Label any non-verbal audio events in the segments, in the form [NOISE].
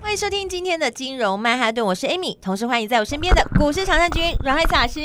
欢迎收听今天的金融曼哈顿，我是 Amy，同时欢迎在我身边的股市常胜军阮海慈老师。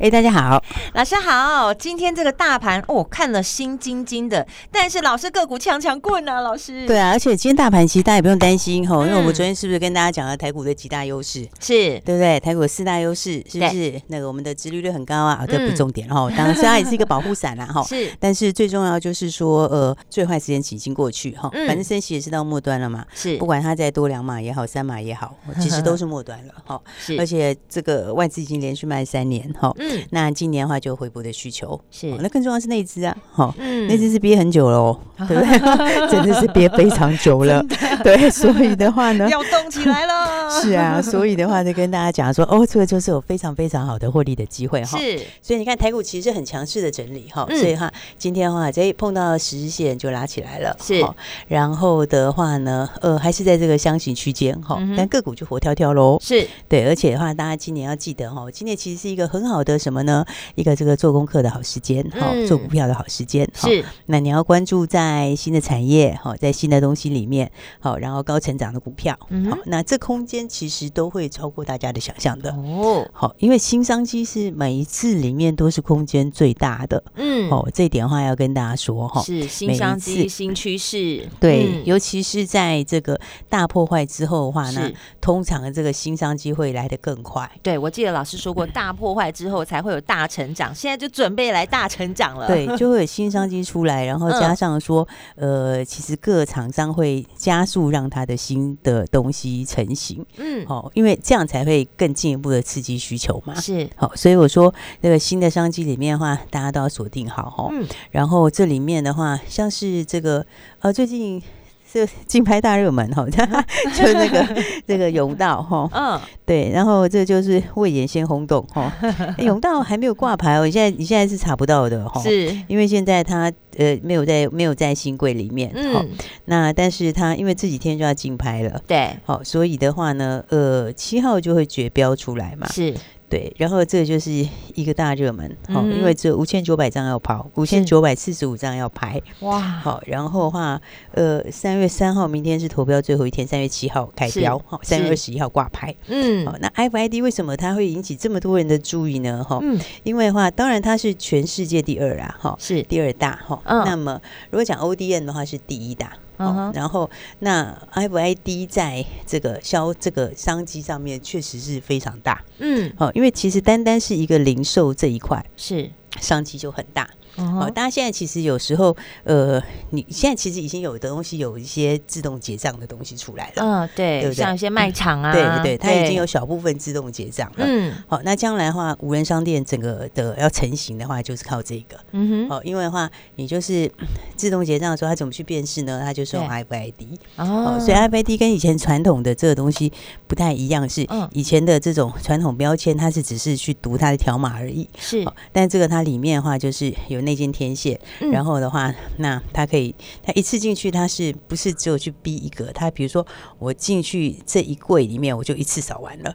哎、大家好，老师好，今天这个大盘哦，看了心惊惊的，但是老师个股强强棍啊，老师对啊，而且今天大盘其实大家也不用担心吼，因为我嗯们昨天是不是跟大家讲了台股的几大优势，是。对不对？台股有四大优势是不是？那个我们的殖利率很高啊，啊这不重点哦，当然虽然它也是一个保护伞啦哈嗯是 [LAUGHS] 但是最重要就是说，呃，最坏时间期已经过去哈，嗯反正升息也是到末端了嘛，是不管它再多两码也好，三码也好，其实都是末端了哈。[LAUGHS] 是，而且这个外资已经连续卖三年哈，嗯那今年的话就有回补的需求，是那更重要的是内资啊，哈，嗯 [LAUGHS] 那真是憋很久了哦，对不对？ [LAUGHS] 真的是憋非常 [LAUGHS] 久了，对，所以的话呢。要动起来了， [LAUGHS] 是啊，所以的话就跟大家讲说，哦，这个就是有非常非常好的获利的机会哈。是所以你看台股其实是很强势的整理哈，嗯所以哈，今天的话在碰到十日线就拉起来了，是哈然后的话呢，呃，还是在这个箱型区间哈嗯哼，但个股就活跳跳喽。是对，而且的话，大家今年要记得哈，今年其实是一个很好的什么呢？一个这个做功课的好时间哈，嗯做股票的好时间哈是那你要关注在新的产业，好，在新的东西里面，好，然后高成长的股票，好、嗯哼那这空间其实都会超过大家的想象的。哦，好，因为新商机是每一次里面都是空间最大的，嗯哦，这一点的话要跟大家说哈。是新每一商次机、新趋势，对，嗯尤其是在这个大破坏之后的话呢是，通常这个新商机会来得更快。对，我记得老师说过，大破坏之后才会有大成长，现在就准备来大成长了。对，就会有新商机出来，然后嗯加上说，呃，其实各厂商会加速让它的新的东西成型，嗯，哦，因为这样才会更进一步的刺激需求嘛。是，好、所以我说那个新的商机里面的话，大家都要锁定好哦。嗯，然后这里面的话，像是这个呃，最近这竞拍大热门哈、哦， [LAUGHS] 就那个这个甬道哈、哦，嗯，对，然后这就是未眼先轰动 [LAUGHS] 哈、哦，诶甬道还没有挂牌哦，你现在你现在是查不到的哈、哦。是，因为现在它呃没有在没有在新柜里面，好、嗯，那但是它因为这几天就要竞拍了，对，好，所以的话呢，呃，七号就会绝标出来嘛，是，对，然后这就是一个大热门，好、嗯哼因为只有五千九百张要跑，五千九百四十五张要排，哇，好，然后的话，呃，三月三号明天是投标最后一天，三月七号开是标，好，三月二是十一号挂牌，嗯好，，那 FID 为什么它会引起这么多人的注意呢？哈、嗯，因为的话，当然它是全世界第二啊，哈、是，第二大哈、嗯那么如果讲 ODM 的话是第一大，嗯哦哼、然后那 FID 在这个销这个商机上面确实是非常大，嗯，哦，因为其实单单是一个零售这一块是，商机就很大，嗯哦，哼大家现在其实有时候呃，你现在其实已经有的东西有一些自动结账的东西出来了，嗯，对对，不对像一些卖场啊，对对对，它已经有，小部分自动结账了。嗯，好、那将来的话，无人商店整个的要成型的话，就是靠这个。嗯哼，哦，因为的话，你就是嗯自动结账的时候，它怎么去辨识呢？它就是用 FID 嗯哦，所以 FID 跟以前传统的这个东西不太一样，是嗯以前的这种传统标签，它是只是去读它的条码而已。是哦，但这个它里面的话，就是有内建天线，嗯然后的话，那它可以，它一次进去，它是不是只有去逼一个？它比如说我进去这一柜里面，我就一次扫完了，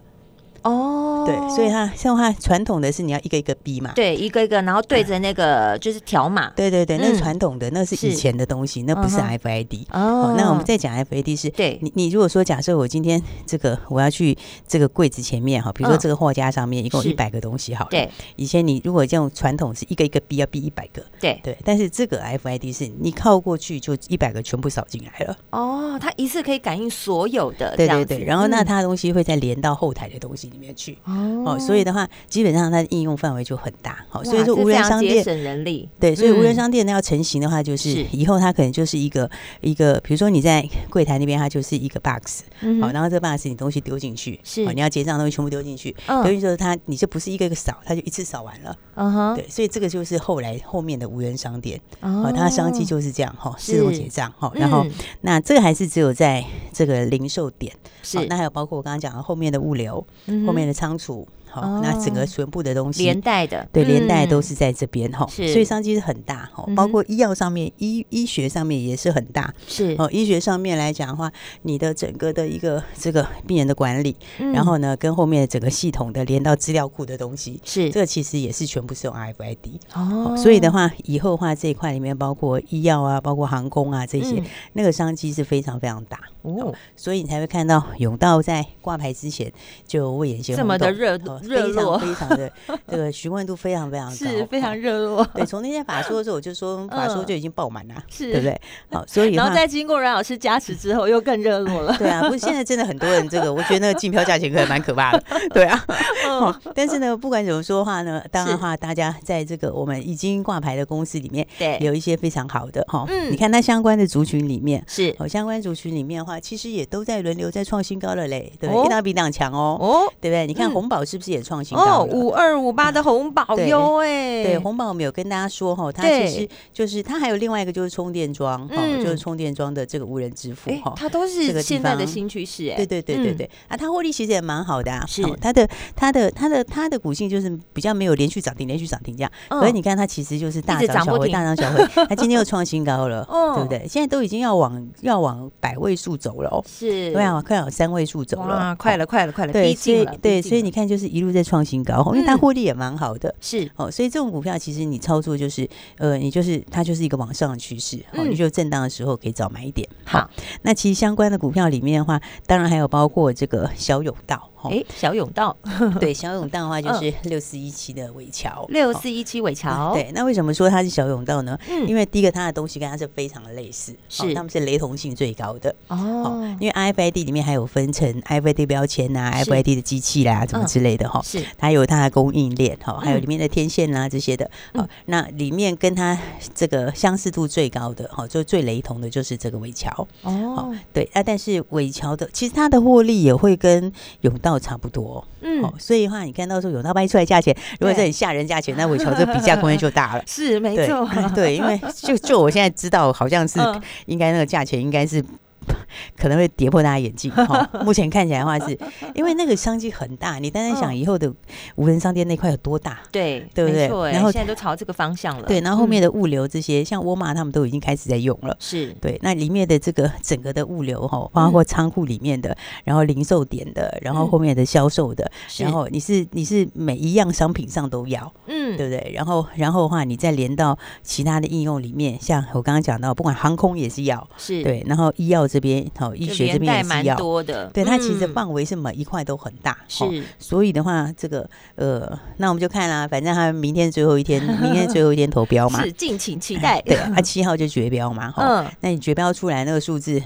哦，对，所以它像它传统的是你要一个一个逼嘛，对一个一个，然后对着那个就是条码，对对对，那嗯是传统的，那是以是前的东西，那不是嗯哼 FID。哦哦，那我们再讲 FAD 是，对你你如果说假设我今天这个我要去这个柜子前面哈，比如说嗯这个货架上面一共是一百个东西好了，对以前你如果这种传统是一个一个逼要逼一百个，对，对，但是这个 FID 是你靠过去就一百个全部扫进来了，哦，它一次可以感应所有的，对对对，然后那它它的东西会再连到后台的东西里面去，嗯哦，哦，所以的话，基本上它的应用范围就很大。好，哇所以说这无人非常商节店省人力，对，所以无人嗯商店它要成型的话，就是是以后它可能就是一个一个，比如说你在柜台那边，它就是一个 box，嗯好，然后这 box 你东西丢进去，是好你要结账的东西全部丢进去，嗯丢进去之后它你就不是一个一个扫，它就一次扫完了，嗯哼，对，所以这个就是后来后面的无人商店，哦好，它的商机就是这样哈，自动是结账哈，然后嗯那这个还是只有在这个零售点，是好，那还有包括我刚刚讲的后面的物流，嗯哼哦后面的仓储，好，那整个全部的东西连带的，对，连带都嗯是在这边哈，是所以商机是很大哈嗯哼，包括医药上面、医医学上面也是很大是，哦。医学上面来讲的话，你的整个的一个这个病人的管理，嗯然后呢，跟后面的整个系统的连到资料库的东西，是这个其实也是全部是用 RFID。哦哦所以的话，以后的话这一块里面包括医药啊，包括航空啊这些，嗯那个商机是非常非常大，哦所以你才会看到永道在挂牌之前就为眼先这么的热哦热非常络非常的 [LAUGHS] 这个询问度非常非常高，是非哦常热络，对。从那天法说的时候，我就说法说就已经爆满了，是对不对？好，所以的然后话再经过阮老师加持之后，又更热络 [LAUGHS] 了。对啊，不是现在真的很多人这个，我觉得那个竞票价钱可能蛮可怕的， [LAUGHS] 对啊。嗯哦， [LAUGHS] 但是呢，不管怎么说的话呢，当然是的话，大家在这个我们已经挂牌的公司里面，对，有一些非常好的哈，嗯你看它相关的族群里面。是哦，相关族群里面的话，其实也都在轮流在创新高了嘞，对不哦对？一档比一档强哦，哦对不对？你嗯看红宝是不是也创新哦，高了？五二五八的红宝对优哎，对，红宝我们有跟大家说哈，它对其实就是它还有另外一个就是充电桩哈、嗯就是充电桩的这个无人支付哎哈，。它都这是个地现在的方新趋势哎，对对对对嗯对、啊，它获利其实也蛮好的啊，是哦它的它的它的它的股性就是比较没有连续涨停，连续涨停这样。嗯可是你看它其实就是大直涨涨小不回，停大涨小 [LAUGHS] 回，它今天又创新高了，哦对不对？现在都已经要往要往百位数走了哦，是对啊，快往三位数走了，哇，哦快了，快了，快了，对，逼所近以了，对，逼近所以了你看就是一路在创新高，哦因为它嗯获利也蛮好的。是哦，所以这种股票其实你操作就是，呃，你就是它就是一个往上的趋势，哦，嗯你就震荡的时候可以早买一点。好，那其实相关的股票里面的话，当然还有包括这个小甬道，哦，哎，小甬道 [LAUGHS] 对，小甬道的话就是六四一七的尾桥，嗯六哦四一七尾桥，，对，那为什么说它是小甬道呢？嗯因为第一个它的东西跟它是非常类似，是它们是雷同性最高的。哦哦，，因为 IFID 里面还有分成 IFID 标签啊呐、是 IFID 的机器啦，什么嗯之类的哈、是它有它的供应链，哈、还有嗯里面的天线啦、这些的，哦、嗯那里面跟它这个相似度最高的，哈、就最雷同的就是这个尾桥，哦，对啊，但是尾桥的其实它的获利也会跟甬道差不多，嗯哦，，所以的话，你看到说甬道卖出来价钱，如果对。是很吓人价钱，那尾桥这比价空间就大了是没对错， [LAUGHS] [LAUGHS] 对，因为就就我现在知道，好像是嗯应该那个价钱应该是可能会跌破大家眼镜哈、目前看起来的话是，因为那个商机很大，你单单想嗯以后的无人商店那块有多大？对对不没对错哎然后现在都朝这个方向了，嗯对，然后后面的的物流这些，像沃尔玛他们都已经开始在用了。是对，那里面的这个整个的物流哈，包括仓库里面的，然后零售点的，然后嗯后面的销售的，是然后你是你是每一样商品上都要，嗯对不对？然后然后的话，你再连到其他的应用里面，像我刚刚讲到，不管航空也是要，是，对，然后医药这边，好医就学这连边带也是蛮药，多的，对它其实嗯范围是每一块都很大，哦是所以的话，这个呃，那我们就看啦，反正他们明天最后 [LAUGHS] 一天，明天最后一天投标嘛，是敬请期待，对，他七号就绝标嘛，哈、嗯，那你绝标出来那个数字，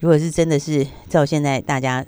如果是真的是照现在大家。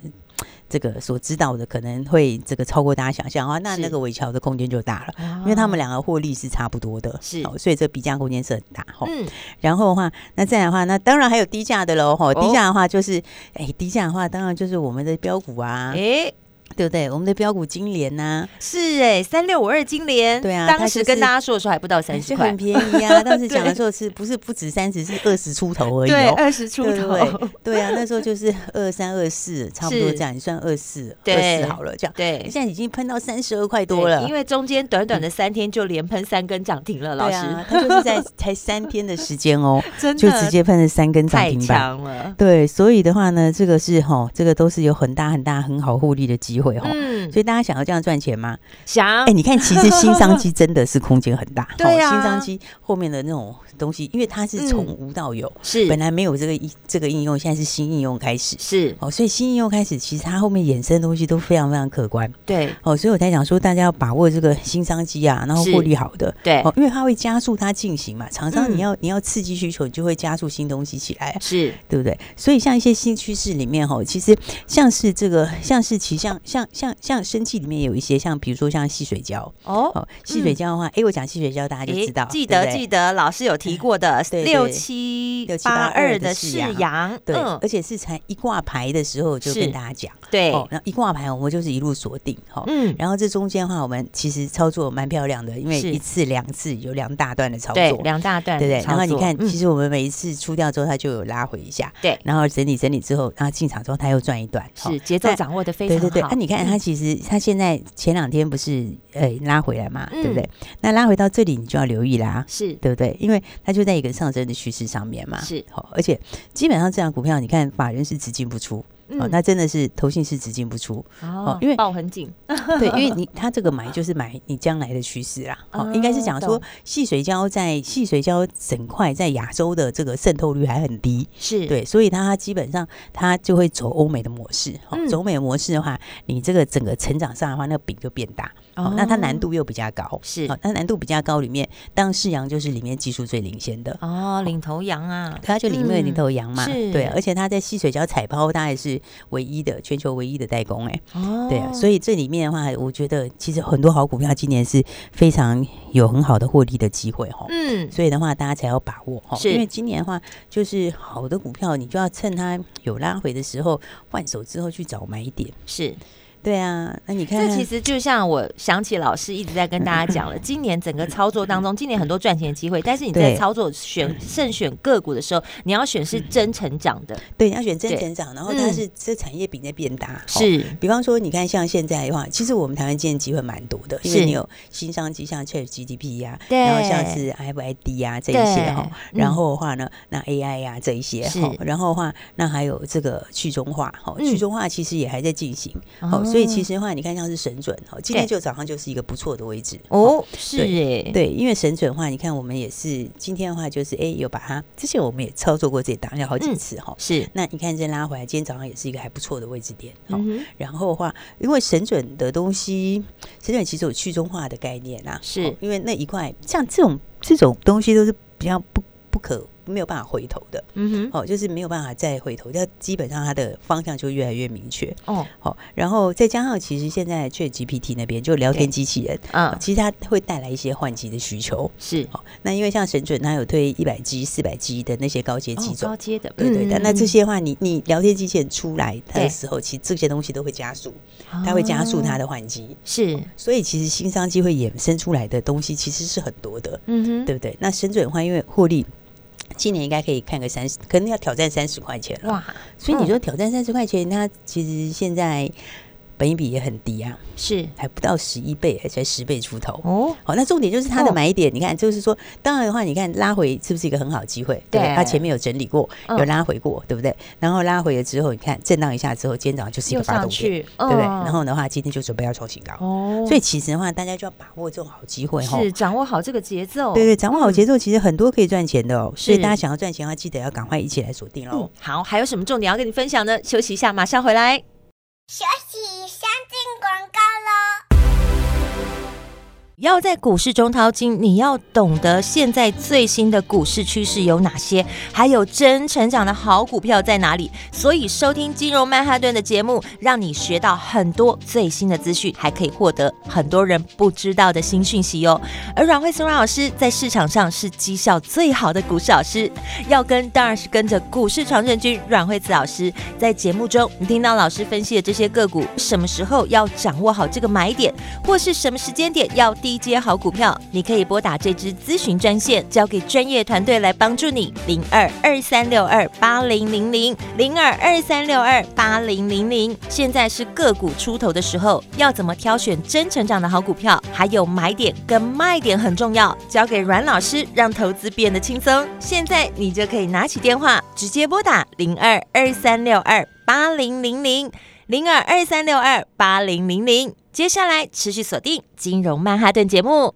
这个所知道的可能会这个超过大家想象啊，那是那个尾桥的空间就大了，嗯因为他们两个获利是差不多的，是哦，所以这比价空间是很大哈。嗯然后的话，那再来的话，那当然还有低价的喽，吼，哦低价的话就是，哎、低价的话当然就是我们的标股啊，哎对不对？我们的标股金莲呐、是哎三六五二金莲，对啊它当时就跟是大家说的时候还不到哎三十就块很，便 [LAUGHS] 宜啊。当时对讲的时候是不是不止三十，是二十出头而已对哦。二十出对头，对对对啊，那时候就是二三二四，差不多是这样，你算二四二对四好了，这 [LAUGHS] 样。对现在已经喷到三十二块对多了，嗯因为中间短短的三天就连喷三根涨停了，老对师、啊，它就是在才三天的时间哦， [LAUGHS] 真就的直接喷了三根涨太停板。强了。对，所以的话呢，这个是哈，这个都是有很大很大很好获利的机会哈。嗯，所以大家想要这样赚钱吗？想哎、你看，其实新商机真的是空间很 [LAUGHS] 大。对哦啊嗯新商机后面的那种东西，因为它是从无到有，是本来没有这个应这个应用，现在是新应用开始。是，哦，所以新应用开始，其实它后面衍生的东西都非常非常可观。对哦，所以我才想说，大家要把握这个新商机啊，然后是获利好的。对、哦，因为它会加速它进行嘛，厂商嗯你要、你要刺激需求，你就会加速新东西起来啊。是，对不对？所以像一些新趋势里面哈，其实像是这个，像是其像像像像生气里面有一些，像比如说像细水胶哦，哦，细水胶的话，哎，我讲细水胶大家就嗯诶知道，记对不得对记得老师有提过 [LAUGHS] 的对对六七八二6782的的世世阳，对，嗯，而且是才一挂牌的时候就是跟大家讲，对，哦，然后一挂牌我们就是一路锁定，哈、哦。嗯，然后这中间的话，我们其实操作蛮漂亮的，因为是一次两次有两大段的操对，作，两大段对不对？操然后你作看，嗯其实我们每一次出掉之后，它就有拉回一下，对然后整理整理之后，然后进场之后，它又赚一段，哦是节奏那掌握的非常对好，对对，那、你看嗯它其实它现在前两天不是呃拉回来嘛，对不嗯对？那拉回到这里，你就要留意啦，是对不对？因为它就在一个上升的趋势上面嘛，是好、而且基本上这样股票，你看法人是只进不出，哦，嗯那真的是投信是只进 [LAUGHS] 不出，哦因为抱很紧，对，因为你它这个买就是买你将来的趋势啦，哦，应该是讲啊说懂细水胶在细水胶整块在亚洲的这个渗透率还很低，是，对，所以它基本上它就会走欧美的模式，哦嗯，走欧美的模式的话，你这个整个成长上的话，那个饼就变大，哦，那它难度又比较高，是哦，那难度比较高里面，当世阳就是里面技术最领先的，哦，领头羊啊，它就里面有领头羊嘛，是对，啊而且它在细水礁彩抛，它也是唯一的全球唯一的代工、哎、哦，对啊，所以这里面的话，我觉得其实很多好股票今年是非常有很好的获利的机会哈。嗯，所以的话，大家才要把握哈，是因为今年的话，就是好的股票，你就要趁它有拉回的时候换手之后去找买点。是，对啊，那你看这看，其实就像我想起老师一直在跟大家讲 [LAUGHS] 了，今年整个操作当中，今年很多赚钱的机会，但是你在对操作选慎选个股的时候，你要选是真成长的，对，你要选真对成长，然后它嗯是这产业比在变大，齁是比方说，你看像现在的话，其实我们台湾今年机会蛮多的，因是为你有新商机，像 Chat GDP 呀、对啊然后像是 FID 呀、啊这一些哈，对嗯然后的话呢，那 AI 呀、这一些是哈，然后的话，那还有这个去中化哈，嗯去中化其实也还在进行，哦，所以其实的话，你看像是神准哈，今天对就早上就是一个不错的位置。哦，是哎，对，因为神准的话，你看我们也是今天的话，就是哎有把它，之前我们也操作过这档要好几嗯次哈、是，那你看这拉回来，今天早上也是一个还不错的位置点。好、嗯哼，然后的话，因为神准的东西，神准其实有去中化的概念啦，是哦因为那一块像这种这种东西都是比较不不可没有办法回头的，嗯哼，哦，就是没有办法再回头，但基本上它的方向就越来越明确，哦，好、然后再加上其实现在 Chat GPT 那边就聊天机器人，哦嗯，其实它会带来一些换机的需求，是，好、那因为像神准它有推一百 G、四百 G 的那些高阶哦机高种。阶的，对对，但那这嗯些话，你你聊天机器人出来对的时候，其实这些东西都会加速。它会加速它，哦的换机，是，所以其实新商机会衍生出来的东西其实是很多的，嗯哼，对不对？那深圳的话，因为获利今年应该可以看个三十，可能要挑战三十块钱了。哇，所以你说挑战三十块钱，它其实现在本益比也很低啊，是，还不到十一倍，还才十倍出头。哦，好，那重点就是它哦的买点，你看，就是说，当然的话，你看拉回是不是一个很好的机会？对不对对，它前面有整理过，嗯有拉回过，对不对？然后拉回了之后，你看震荡一下之后，今天早上就是一又个发上动点，去，对不对？嗯然后的话，今天就准备要创新高。哦，所以其实的话，大家就要把握这种好机会哈。是掌握好这个节奏，对对，掌握好节奏，其实很多可以赚钱的哦。所以是大家想要赚钱的话，记得要赶快一起来锁定喽。嗯好，还有什么重点要跟你分享呢？休息一下，马上回来。学习相进广告喽。要在股市中淘金，你要懂得现在最新的股市趋势有哪些，还有真成长的好股票在哪里。所以收听金融曼哈顿的节目，让你学到很多最新的资讯，还可以获得很多人不知道的新讯息哦。而阮慧松阮老师在市场上是绩效最好的股市老师，要跟当然是跟着股市常胜军阮慧慈老师。在节目中，你听到老师分析的这些个股，什么时候要掌握好这个买点，或是什么时间点要低接好股票，你可以拨打这支咨询专线，交给专业团队来帮助你。零二二三六二八零零零零二二三六二八零零零。现在是个股出头的时候，要怎么挑选真成长的好股票，还有买点跟卖点很重要，交给阮老师，让投资变得轻松。现在你就可以拿起电话，直接拨打零二二三六二八零零零。零二二三六二八零零零。接下来持续锁定《金融曼哈顿》节目。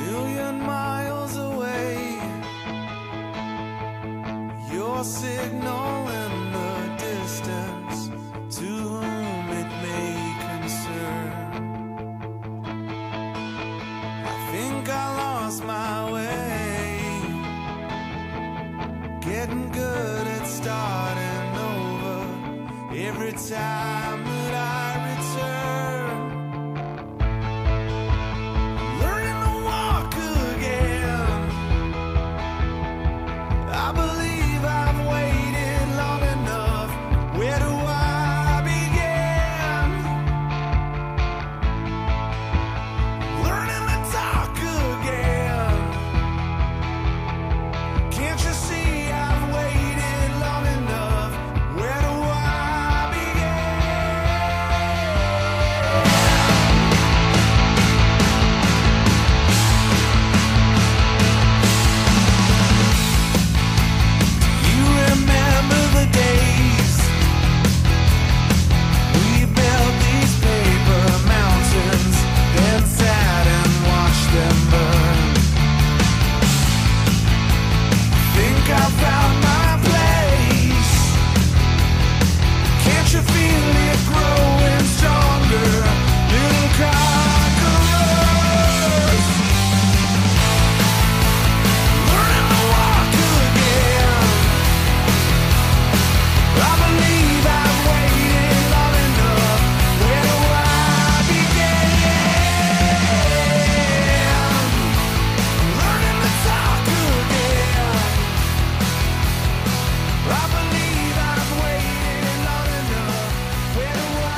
million miles away. Your signal in the distance, to whom it may concern. I think I lost my way. Getting good at starting over every time that I return. Learning to walk again. I believe I've waited long enough. Where do I begin? Learning to talk again. Can't you see I've waited long enough? Where do I begin? You remember the days we built these paper mountains, then sat and watched them burn. Think I found my place. Can't you feel it growing stronger, little conquerors? Learning to walk again. I believe I've waited long enough. Where do I begin? Learning to talk again. I believe I've waited long enough. Where do I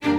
begin?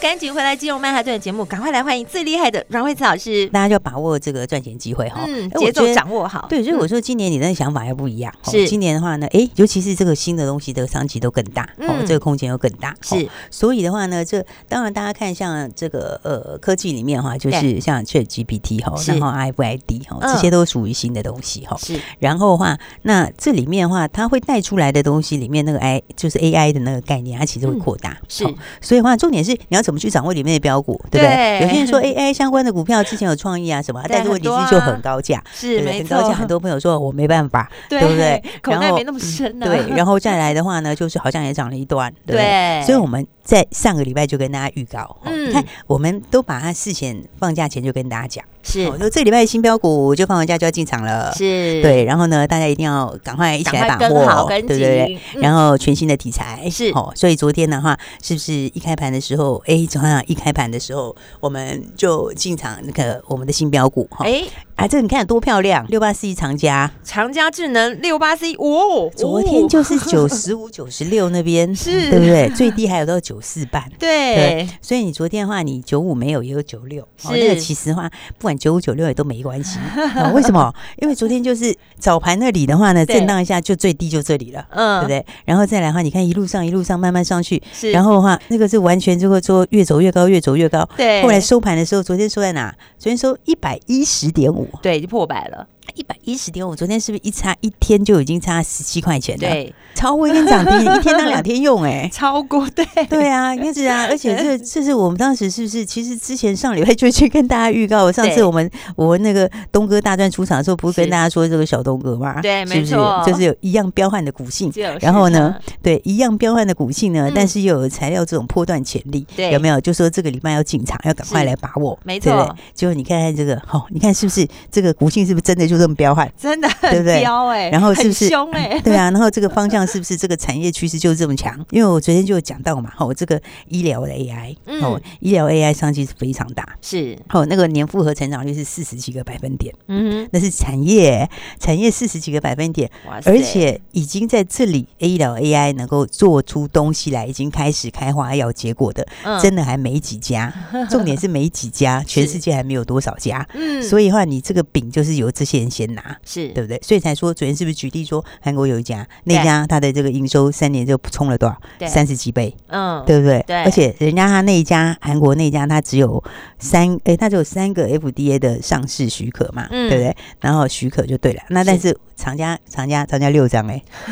单集回来金融曼哈顿的节目，赶快来欢迎最厉害的阮慧慈老师。大家就把握这个赚钱机会哈。嗯，哎我节觉奏得掌握好。对，所以嗯我说今年你的想法要不一样。哦是今年的话呢，哎，尤其是这个新的东西的商机都更大，哦嗯，这个空间又更大。是哦，所以的话呢，这当然大家看像这个呃科技里面哈，就对是像 Chat GPT 哈，是然后 FID 哈，嗯哦这些都属于新的东西哦哈。是然后的话，那这里面的话，它会带出来的东西里面那个 I 就是 AI 的那个概念，它其实会嗯扩大。是哦所以的话，重点是你要怎么去掌握里面的标股，对不对？对有些人说 AI 相关的股票之前有创意啊什么， [LAUGHS] 对但是问题很多啊是就很高价，是，对没很错。高价。很多朋友说我没办 [LAUGHS] 法，对嗯不对？口然袋后没那么深呢。 [LAUGHS] [LAUGHS] 对，然后再来的话呢，就是好像也涨了一段，对不对对？所以我们在上个礼拜就跟大家预告，哦嗯你看我们都把它事前放假前就跟大家讲，是我说这个礼拜新标股就放完假就要进场了，是，哦对，然后呢，大家一定要赶快一起来赶把快跟好握，对跟不对紧？嗯然后全新的题材是哦，所以昨天的话，是不是一开盘的时候，哎，早上一开盘的时候，我们就进场那个我们的新标股哈，哎，啊，这个你看多漂亮，六八四一长家，长江智能六八 C，哦， [LAUGHS] 昨天哦就是九十五、九十六那边，是对不对？最低还有到九四半。对对，所以你昨天的话，你九五没有，也有九六，哦，是那个其实的话，不管九五九六也都没关系、哦为什么？因为昨天就是早盘那里的话呢，对震荡一下就最低就这里了，嗯对不对？然后再来的话，你看一路上一路上慢慢上去，是然后的话，那个是完全就会说越走越高，越走越高。对后来收盘的时候，昨天收在哪？昨天收一百一十点五，对，已经破百了，一百一十点五，昨天是不是一差一天就已经差十七块钱了？，对，超过一根涨停，一天当两天用哎、超过对， [LAUGHS] 对啊，应该是啊，而且这这是我们当时是不是？其实之前上礼拜就去跟大家预告，上次对我们我们那个东哥大战出场的时候，不是是跟大家说这个小东哥吗？对是没不是错就是有一样彪悍的股性就是，然后呢啊，对，一样彪悍的股性呢嗯，但是又有材料这种波段潜力，对有没有？就说这个礼拜要进场，要赶快是来把握，没对不对错结果你看看这个，好，你看是不是这个股性是不是真的就这么彪悍？真的对很不对彪哎，然后是很不是？凶哎 [LAUGHS] 对啊，然后这个方向是不是这个产业趋势就这么强？因为我昨天就有讲到嘛，哈、我这个医疗的 AI，、嗯哦，医疗 AI 商机是非常大，是，哦，那个年复合成长率是四十几个百分点，嗯那是产业产业四十几个百分点，哼，哇塞而且已经在这里医疗 AI 能够做出东西来，已经开始开花要结果的，嗯真的还没几家，重点是没几家，[LAUGHS] 全是世界还没有多少家，嗯所以的话，你这个饼就是由这些人先拿。是对不对？所以才说昨天是不是举例说韩国有一家，对那家它的这个营收三年就冲了多对少？三十几倍，嗯对不对？对而且人家他那一家韩国那一家，它只有三，诶，它只有三个 FDA 的上市许可嘛，嗯对不对？然后许可就对了。那但是长家长家长家六张哎、 [LAUGHS]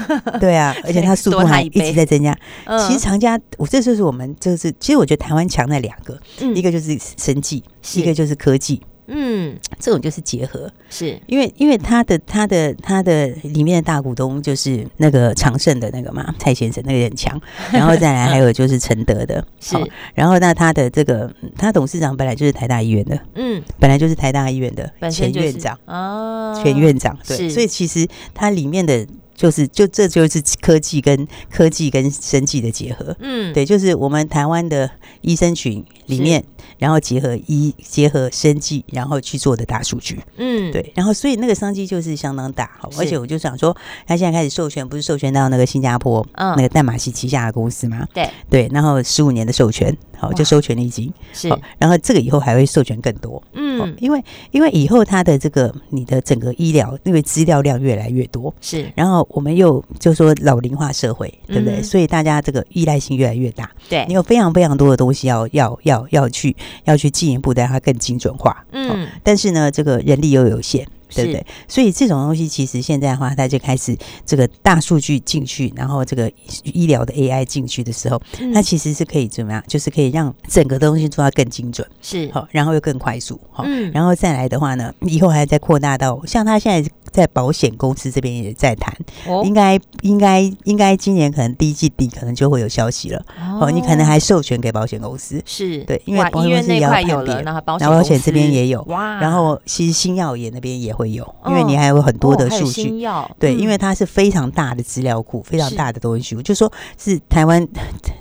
[LAUGHS] 对啊，而且它速度多它还一一倍直在增加。嗯其实长家，我这就是我们这是，其实我觉得台湾强在两个，嗯一个就是生技，是一个就是科技，嗯这种就是结合。是因为因为他的他的他的里面的大股东就是那个长盛的那个嘛，蔡先生那个 [LAUGHS] 很强，然后再来还有就是承德的，是好然后那他的这个嗯他董事长本来就是台大医院的，嗯，本来就是台大医院的本前身就院是长，哦，前院长，对，是所以其实它里面的就是就这就是科技跟科技跟生技的结合。嗯对，就是我们台湾的医生群里是面，然后结合医结合生技，然后去做的大数据。嗯对，然后所以那个商机就是相当大，好是而且我就想说，他现在开始授权，不是授权到那个新加坡、嗯那个淡马锡旗下的公司吗？对对，然后十五年的授权，好就授权了已经，是好然后这个以后还会授权更多，好嗯因为因为以后它的这个你的整个医疗因为资料量越来越多。是然后我们又就说老龄化社会，对不对？嗯所以大家这个依赖性越来越大，对你有非常非常多的东西要要要要去要去进一步的让它更精准化。好嗯但是呢，这个人力又有限，对不是对？所以这种东西其实现在的话，它就开始这个大数据进去，然后这个医疗的 AI 进去的时候，嗯它其实是可以怎么样？就是可以让整个东西做到更精准，是好、然后又更快速，好、嗯哦然后再来的话呢，以后还要再扩大到像它现在在保险公司这边也在谈，哦应该应该应该今年可能第一季底可能就会有消息了，哦，你可能还授权给保险公司，是对因为哇保险医院公司那也要块判有了，别然后保然后保公险这边司也有哇，然后其实新药业那边也会有，因为啊哦你还有很多哦的还有数据。新药对，嗯因为它是非常大的资料库，非常是大的东西，我就说是台湾 [LAUGHS]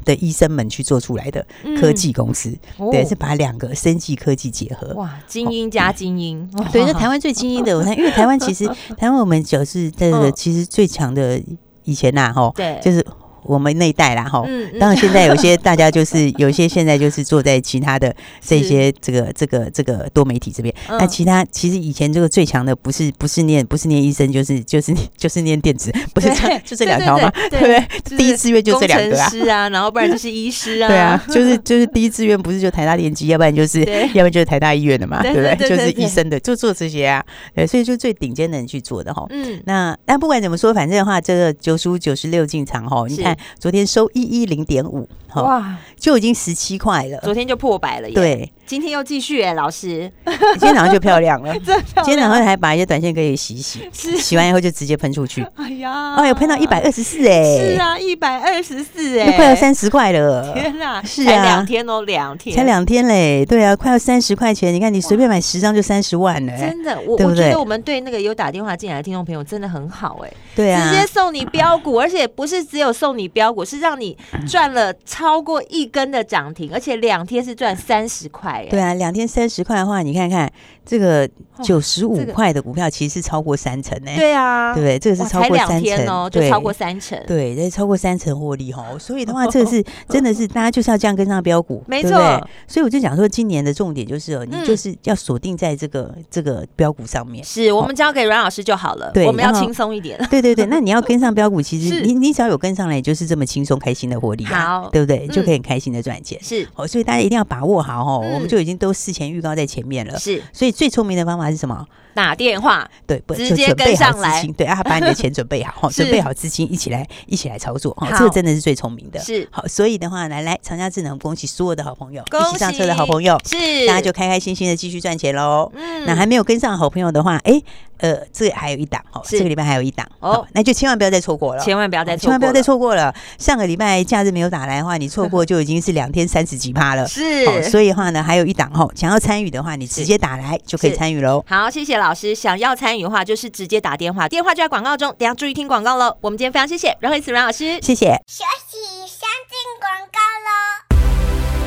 的医生们去做出来的科嗯技公司，哦对，是把两个生技科技结合。哇精英加精英， [LAUGHS] [LAUGHS] 对，哇那台湾最精英的，我看，因为台 [LAUGHS] 湾其实台湾我们就是这个嗯其实最强的以前呐、吼，对就是我们那一代啦，哈、嗯嗯当然，现在有些大 [LAUGHS] 家就是有一些现在就是坐在其他的这些这个这个这个多媒体这边。嗯那哎其他其实以前这个最强的不是不是念不是念医生就是就是就是念 [LAUGHS] 电子，不是对这样就这对两对条吗？对对不对就？是第一志愿就这两工个程啊。师啊，然后不然就是医师啊， [LAUGHS] 对啊，就是就是第一志愿不是就台大电机，要不然就是对要不然就是台大医院的嘛，对对不对？对对就对是对医生的，就做这些啊。对，所以就最顶尖的人去做的哈。嗯，那但不管怎么说，反正的话，这个九十五、九十六进场哈，你是看昨天收一一零点五，哈，哇，就已经十七块了。昨天就破百了耶，，哦对，今天又继续哎，老师，今天早上就漂亮了。 [LAUGHS] 真漂亮今天早上还把一些短线可以洗一洗，洗完以后就直接喷出去。哎呀，哦，有喷到一百，二十四哎，是，啊，一百二十四那哎，快要，三十块 [LAUGHS] 了。天哪，是才啊两天哦，两天，才两天嘞，对啊，快要三十块钱，你看你随便买十张就三十万嘞，真的，我对不我觉对得我们对那个有打电话进来的听众朋友真的很好哎、对啊，直接送你标股，而且不是只有送你标股，是让你赚了超过一根的涨停，而且两天是赚三十块哎。对啊，两天三十块的话，你看看这个哦九十这五个块的股票，其实是超过三成呢、对啊，对不对？这个是哇超才过两三天成哦，就对超过三成。对，这是超过三成获利哦。所以 [LAUGHS] 的话，这个是真的是大家就是要这样跟上标股，没对不对错所以我就讲说，今年的重点就是哦，你嗯就是要锁定在这个这个标股上面。是我们交给阮老师就好了，对我们要然后轻松一点。对对对，那你要跟上标股，其是实你你只要有跟上来，你就是这么轻松开心的获利、啊，好对不对？就嗯可以很开心的赚钱。是哦，所以大家一定要把握好哦，我嗯们就已经都事前预告在前面了。是，所以最聪明的方法是什么？打电话对，不直就接准跟备好上资来金，对啊，把你的钱准备好， [LAUGHS] 哈是准备好资金，一起来一起来操作，哈，这好个真的是最聪明的。是好，所以的话，来来，长江智能，恭喜所有的好朋友，恭一起上车的好喜朋友，是，大家就开开心心的继续赚钱喽。嗯那还没有跟上的好朋友的话，哎，呃，这还有一档哦，是这个礼拜还有一档哦哦，那就千万不要再错过了，千万不要再哦错千万不要再过错过了。上个礼拜假日没有打来的话，你错 [LAUGHS] 过就已经是两天三十几趴了了，。是、哦，所以的话呢，还有一档哦，想要参与的话，你直接打来就可以是参与喽。好，谢谢老师。想要参与的话，就是直接打电话，电话就在广告中，等一下注意听广告喽。我们今天非常谢谢阮慧慈阮老师。谢谢。休息一下，进广告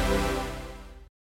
喽。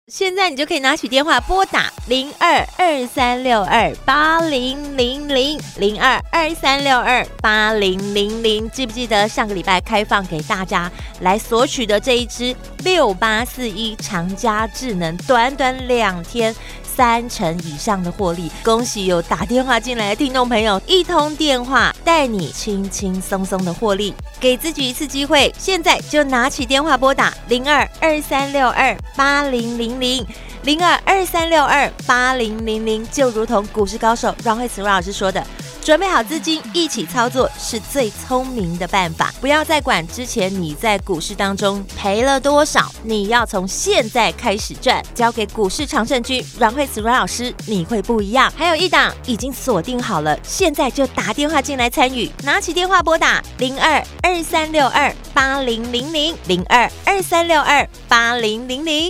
现在你就可以拿起电话拨打零二二三六二八零零零零二二三六二八零零零，记不记得上个礼拜开放给大家来索取的这一支六八四一长嘉智能，短短两天。三成以上的获利，恭喜有打电话进来的听众朋友，一通电话带你轻轻松松的获利，给自己一次机会，现在就拿起电话拨打零二二三六二八零零零。零二二三六二八零零零，就如同股市高手阮慧慈阮老师说的，准备好资金，一起操作是最聪明的办法。不要再管之前你在股市当中赔了多少，你要从现在开始赚。交给股市常胜军阮慧慈阮老师，你会不一样。还有一档已经锁定好了，现在就打电话进来参与，拿起电话拨打零二二三六二八零零零零二二三六二八零零零。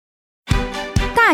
大